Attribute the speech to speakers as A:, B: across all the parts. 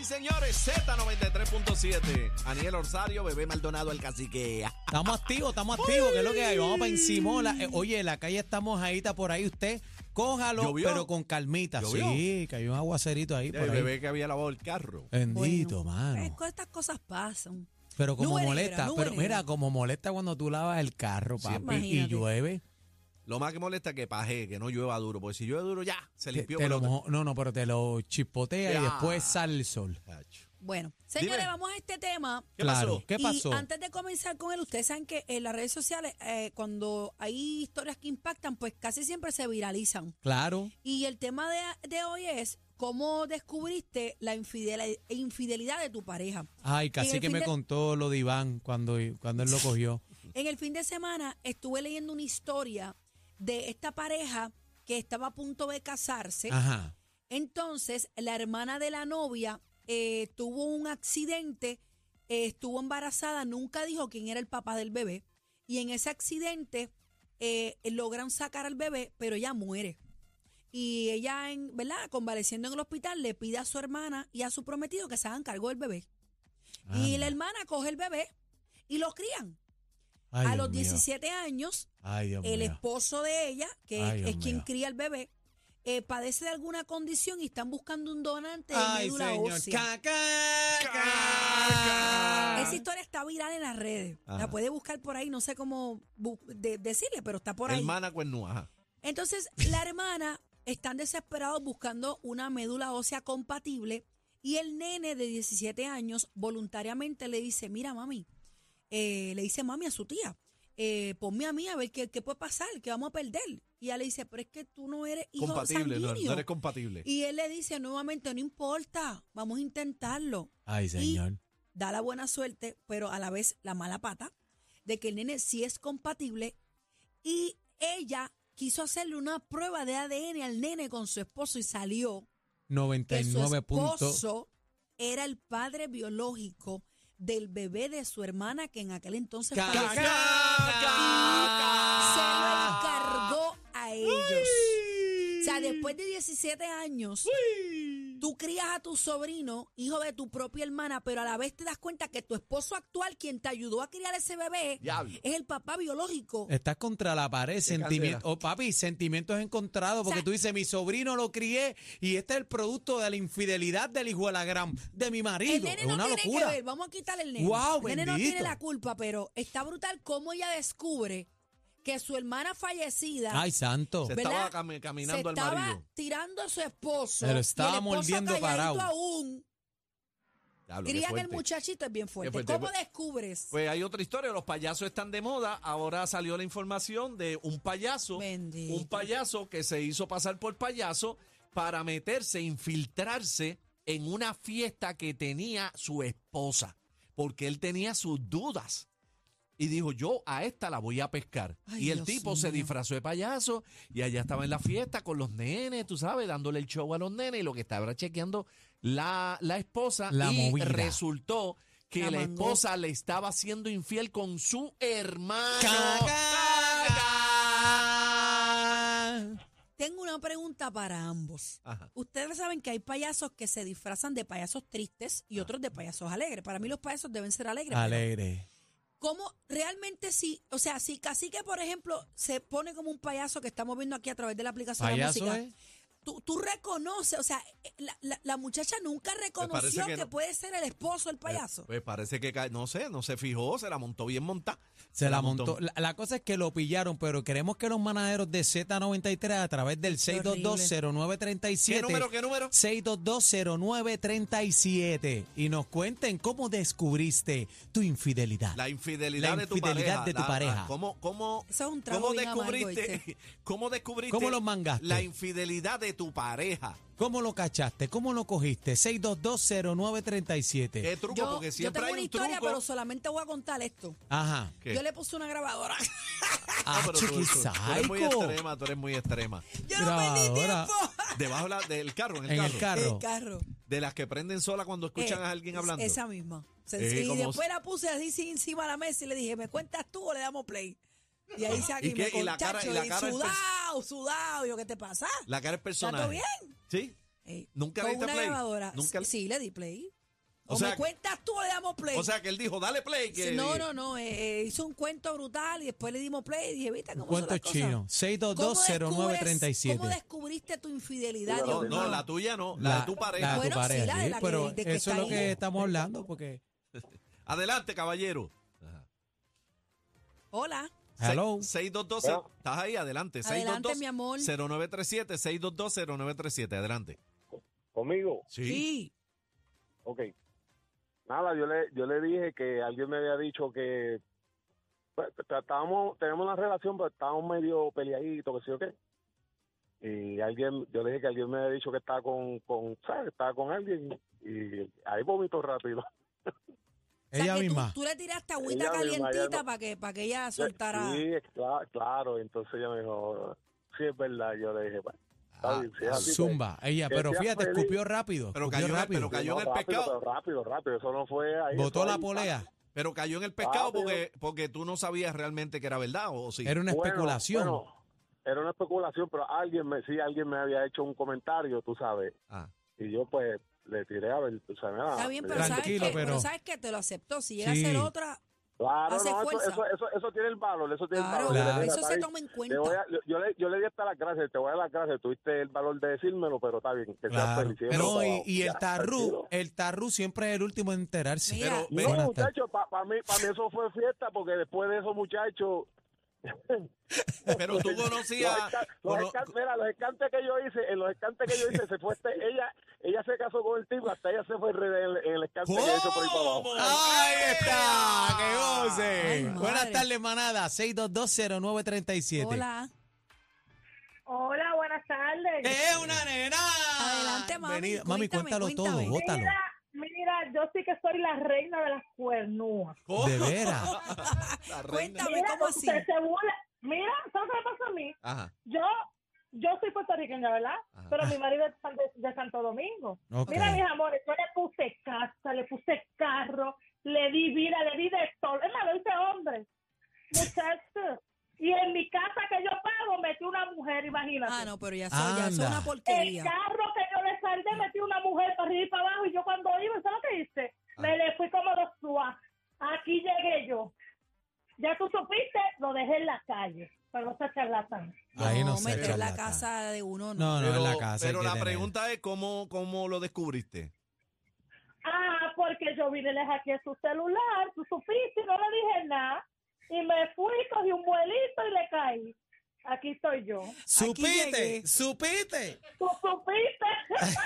A: Señoras y señores, Z93.7. Aniel Orsario, Bebé Maldonado, el cacique.
B: Estamos activos, estamos activos, que es lo que hay. Vamos para encima. La- eh, oye, en la calle está mojadita por ahí. Usted cójalo,
A: ¿Llovió?
B: pero con calmita.
A: ¿Llovió?
B: Sí, cayó un aguacerito ahí. Por
A: El
B: ahí.
A: bebé que había lavado el carro.
B: Bendito,
C: Es
B: mano.
C: que estas eh, cosas pasan.
B: Pero como
C: nube negra,
B: molesta,
C: nube
B: pero
C: negra.
B: mira, como molesta cuando tú lavas el carro, papi, y
C: imagínate.
B: llueve.
A: Lo más que molesta es que paje, que no llueva duro. Porque si llueve duro, ya, se
B: Te,
A: limpió.
B: te lo
A: pelota.
B: mojó- no, no, pero te lo chispotea y
A: Ya.
B: después sale el sol.
A: Tacho.
C: Bueno, señores,
A: Dime.
C: vamos a este tema.
A: ¿Qué
B: claro.
A: pasó?
B: ¿Qué pasó?
C: Y antes de comenzar con él, ustedes saben que en las redes sociales, eh, cuando hay historias que impactan, pues casi siempre se viralizan.
B: Claro.
C: Y el tema de, de hoy es cómo descubriste la infidel- infidelidad de tu pareja.
B: Ay, casi
C: el
B: que
C: fin
B: me
C: de-
B: contó lo de Iván cuando, cuando él lo cogió.
C: En el fin de semana estuve leyendo una historia de esta pareja que estaba a punto de casarse.
B: Ajá.
C: Entonces, la hermana de la novia eh, tuvo un accidente, eh, estuvo embarazada, nunca dijo quién era el papá del bebé. Y en ese accidente eh, logran sacar al bebé, pero ella muere. Y ella, en, ¿verdad? Convaleciendo en el hospital, le pide a su hermana y a su prometido que se hagan cargo del bebé. Y
B: Anda.
C: la hermana coge el bebé y lo crían.
B: Ay,
C: a
B: Dios
C: los
B: mío.
C: 17 años,
B: Ay, Dios
C: el
B: mío.
C: esposo de ella, que
B: Ay,
C: es-
B: Dios
C: es quien
B: mío.
C: cría al bebé, eh, padece de alguna condición y están buscando un donante de
B: Ay,
C: médula
B: señor. Ca,
C: ósea.
B: ca, ca.
C: Esa historia está viral en las redes.
A: Ajá.
C: La puede buscar por ahí, no sé cómo bu- de- decirle, pero está por ahí.
A: Hermana cuernúa. ajá.
C: Entonces, la hermana están desesperados buscando una médula ósea compatible y el nene de 17 años voluntariamente le dice, mira mami, eh, le dice mami a su tía, eh, ponme a mí a ver qué, qué puede pasar, qué vamos a perder. Y ella le dice, pero es que tú no eres hijo
A: Compatible, no,
C: sanguíneo.
A: no eres compatible.
C: y él le dice nuevamente, no importa, vamos a intentarlo.
B: Ay, señor.
C: Da la buena suerte, pero a la vez la mala pata de que el nene sí es compatible y ella quiso hacerle una prueba de ADN al nene con su esposo y salió que su
B: 99 puntos.
C: esposo era el padre biológico del bebé de su hermana que en aquel entonces
B: Ca-
C: falleció.
B: ca-
C: Se lo
B: ca-
C: encargó a ellos. O sea, después de 17 años, tú crías a tu sobrino, hijo de tu propia hermana, pero a la vez te das cuenta que tu esposo actual, quien te ayudó a criar ese bebé,
A: Diablo.
C: es el papá biológico.
B: Estás contra la pared,
A: candela.
B: sentimientos. Oh, papi, sentimientos encontrados. Porque
C: O sea-
B: tú dices, mi sobrino lo crié y este es el producto de la infidelidad del hijo de la gran, de mi marido.
C: El nene
B: es
C: no
B: una
C: tiene
B: locura.
C: que ver, vamos a quitarle el nene.
B: Guau,
C: el nene no
B: bendito.
C: tiene la culpa, pero está brutal cómo ella descubre que su hermana fallecida
B: Ay, santo.
A: Se
C: ¿verdad?
A: estaba cami- caminando
C: se
A: al
C: estaba
A: marido.
C: tirando a su
B: Se
C: esposo.
B: lo
C: y el
B: estaba
C: esposo
B: mordiendo
C: calladito
B: parado.
C: aún.
A: Diablo, qué
C: Cría que el
A: fuerte.
C: muchachito es bien fuerte.
A: Qué fuerte,
C: ¿Cómo
A: pues.
C: descubres?
A: Pues hay otra historia, los payasos están de moda. Ahora salió la información de un payaso,
C: Bendito.
A: un payaso que se hizo pasar por payaso para meterse, infiltrarse en una fiesta que tenía su esposa, porque él tenía sus dudas. Y dijo, yo a esta la voy a pescar.
C: Ay,
A: y el
C: Dios
A: tipo se
C: mío.
A: disfrazó de payaso y allá estaba en la fiesta con los nenes, tú sabes, dándole el show a los nenes y lo que estaba chequeando la, la esposa.
B: La
A: y
B: movida.
A: resultó que
C: La
A: la
C: mangó.
A: esposa esposa le estaba siendo infiel con su hermano.
B: Ca- ca- ca.
C: Tengo una pregunta para ambos.
A: Ajá.
C: Ustedes saben que hay payasos que se disfrazan de payasos tristes y otros de payasos alegres. Para mí los payasos deben ser alegres. pero
B: Alegre.
C: ¿Cómo realmente sí? O sea, si Cacique, por ejemplo, se pone como un payaso que estamos viendo aquí a través de la aplicación de la
B: Payaso
C: música,
B: es.
C: tú, tú reconoces, o sea, eh, la, la- la muchacha nunca reconoció
A: que
C: que,
A: no.
C: puede ser el esposo el payaso.
A: Pues parece que, ca- no sé, no se fijó, se la montó bien montada.
B: Se la montó. La, la cosa es que lo pillaron, pero queremos que los manaderos de Z93 a través del
C: Qué horrible.
B: 6220937.
A: ¿Qué número, qué número?
B: 6220937 y nos cuenten cómo descubriste tu infidelidad.
A: La infidelidad,
B: La infidelidad
A: de tu pareja.
B: de tu pareja.
A: ¿cómo, cómo,
C: Eso es un trago
A: cómo
C: bien amargo,
A: descubriste, ¿Cómo descubriste
B: ¿Cómo los mangaste?
A: la infidelidad de de tu pareja.
B: ¿Cómo lo cachaste? ¿Cómo lo cogiste?
A: Qué
B: 6220937.
A: truco,
C: Yo,
A: porque
C: yo
A: siempre
C: tengo
A: hay
C: una
A: un
C: historia,
A: truco.
C: pero solamente voy a contar esto.
B: Ajá.
A: ¿Qué?
C: Yo le puse una grabadora.
B: Ah,
A: pero tú- tú- tú eres muy
B: chiquisaico.
A: extrema, tú eres muy extrema.
C: yo no perdí
B: Grabadora.
C: tiempo.
A: Debajo la- del carro, en el,
B: En
A: carro,
B: el carro.
C: El carro.
A: De las que prenden sola cuando escuchan
C: Eh,
A: a alguien
C: es-
A: hablando.
C: Esa misma. Se-
A: Eh,
C: y
A: como-
C: después la puse así sin- encima de la mesa y le dije, ¿me cuentas tú o le damos play? Y ahí saqué
A: Ah, ¿Y
C: y me
A: qué? ¿Y la cara- y
C: conchacho,
A: la
C: y
A: cara del pers-
C: sudado, sudado. Y yo, ¿qué te pasa?
A: La cara es
C: ¿Está
A: personal.
C: todo bien?
A: ¿Sí?
C: Eh,
A: ¿Nunca
C: con
A: le diste
C: una
A: play?
C: grabadora.
A: ¿Nunca le-
C: Sí, le di play.
A: O
C: O,
A: sea-
C: me cuentas tú o le damos play.
A: O sea, que él dijo, dale play. Que...
C: Pues, no, no, no. eh, eh, hizo un cuento brutal y después le dimos play y dije, ¿viste cómo son
B: Cuento
C: las cosas?
B: chino.
C: ¿Cómo descubres- ¿Cómo
B: 6220937.
C: descubriste tu infidelidad?
A: No,
C: Dios
A: no,
C: mío?
A: la tuya no, la, de tu pareja.
B: La de tu
C: Bueno, sí,
B: pareja,
C: la de
B: sí,
C: la que-
B: pero
C: de que
B: eso
C: está
B: es lo
C: ahí.
B: que estamos hablando porque...
A: Adelante, caballero.
C: Hola.
B: Hello.
A: Se- 622 Estás ahí, adelante.
C: Adelante, mi amor.
A: 0937 622-0937. Adelante.
D: ¿Conmigo?
C: Sí.
D: Ok. Nada, yo le, yo le dije que alguien me había dicho que pues, estábamos, tenemos una relación, pero estábamos medio peleaditos, que sí o qué. Y alguien, yo le dije que alguien me había dicho que estaba con, con ¿sabes? Estaba con alguien y ahí vomito rápido.
C: O sea,
B: Ella
C: que tú-
B: misma.
C: Tú, le tiraste agüita
D: Ella misma,
C: calientita
D: ella no-
C: para que, para que ella soltara.
D: Sí, cla- claro. Entonces ella me dijo, sí, es verdad. Yo le dije, bueno, está
A: Ah,
D: bien, sí, es así,
B: Zumba. Ella,
D: que
B: pero
D: sea
B: fíjate,
D: feliz.
B: escupió rápido.
A: Pero
B: escupió
A: cayó, en el-
B: rápido.
A: pero cayó en
D: pues".
A: el
D: No, rápido,
A: pescado.
D: pero rápido, rápido. Eso no fue ahí.
B: Botó
D: eso
B: la
D: ahí-
B: polea.
A: Pero cayó en el pescado
D: Rápido.
A: porque, porque tú no sabías realmente que era verdad o sí.
B: Era una
D: Bueno,
B: especulación.
D: bueno, era una especulación, pero alguien me, sí, alguien me había hecho un comentario, tú sabes.
A: Ah,
D: Y yo, pues, le tiré a ver, tú sabes. nada,
C: Está bien,
D: le-
C: pero sabes, que,
B: Tranquilo,
C: pero...
B: pero-
C: sabes que te lo aceptó. Si llega
B: Sí.
C: a ser otra,
D: pues". Claro,
C: hace
D: no, eso,
C: fuerza.
D: eso, eso, eso tiene el valor, eso tiene
C: claro,
D: el valor. Yo le dije,
C: eso
D: "Está
C: se
D: bien,
C: toma en
D: te voy
C: cuenta.
D: a- yo, yo le, yo le di hasta las gracias, te voy a dar las gracias, tuviste el valor de decírmelo, pero está bien, que seas
B: Claro.
D: feliz. siempre,
B: No, y,
D: pero
B: y el
D: ya,
B: tarru,
D: tranquilo.
B: el tarru siempre es el último en enterarse.
C: Mira.
A: Pero,
B: Buenas
D: No,
B: tardes.
D: muchachos, para mí, pa' mí eso fue fiesta, porque después de eso, muchachos,
A: pero tú
D: Los,
A: conocías.
D: esca- los
A: cono-
D: esca- mira, los escantes que yo hice, en los escantes que yo hice, se fue este- ella, ella se casó con el tipo, hasta ella se fue en el, el escante que yo hice por ahí para abajo.
A: ¿Cómo?
B: ¡Ahí está! ¡Que goce!
C: Ay, madre.
B: Buenas tardes, manada. 6220937.
C: Hola.
E: Hola, buenas tardes.
C: Eh,
B: ¡Es una nena!
C: Adelante, mami,
B: Venida- Mami,
C: cuéntame,
B: cuéntalo
C: cuéntame.
B: todo, bótalo.
E: Mira, mira, yo sí que soy la reina de las cuernúas.
A: ¿Cómo?
B: De veras.
A: La reina.
C: Cuéntame
E: Mira,
C: cómo así.
E: usted se burla. Mira, ¿sabes qué me pasa a mí?
A: Ajá.
E: Yo, yo soy puertorriqueña, ¿verdad?
A: Ajá.
E: Pero
C: Ah.
E: mi marido es de, de Santo Domingo.
B: Ok.
E: Mira, mis amores, yo le puse casa, le puse carro, le di vida, le di de todo. Es más, lo hice hombre. Muchacho. Y en mi casa que yo pago, metí una mujer, imagínate.
C: Ah, no, pero ya soy, ya soy
B: Anda.
C: una
E: El
C: porquería.
E: carro que yo le saldé metí una mujer para arriba y para abajo y yo cuando iba, ¿sabes lo que hice? Me le fui como dos suas. Aquí llegué yo. Ya tú supiste, lo dejé en la calle para no ser charlatán.
B: Ahí no, se
C: meter
B: echa
C: la
B: lata.
C: casa de uno no.
B: No, no,
A: Pero,
B: en la casa. hay
A: pero
B: que
A: la
B: tener.
A: pregunta es: ¿cómo, ¿cómo lo descubriste?
E: Ah, porque yo vine les aquí a su celular, tú supiste, y no le dije nada. Y me fui, cogí un vuelito y le caí. Aquí estoy yo.
B: ¡Supite!
C: llegué.
B: ¡Supite!
E: Tú supiste.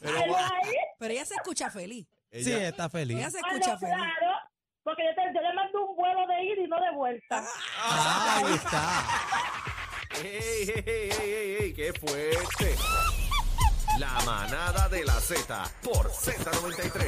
E: Pero ahí,
C: Pero ella se escucha feliz.
B: Sí,
A: Ella-
B: está feliz.
C: Ella se
E: ah, no,
C: escucha feliz.
E: claro, porque yo, te- yo le mando un vuelo de ida y no de vuelta.
B: Ah, ahí está.
F: ¡Ey, ey, ey, ey, ey, ey! qué fuerte! La manada de la Z por Z93.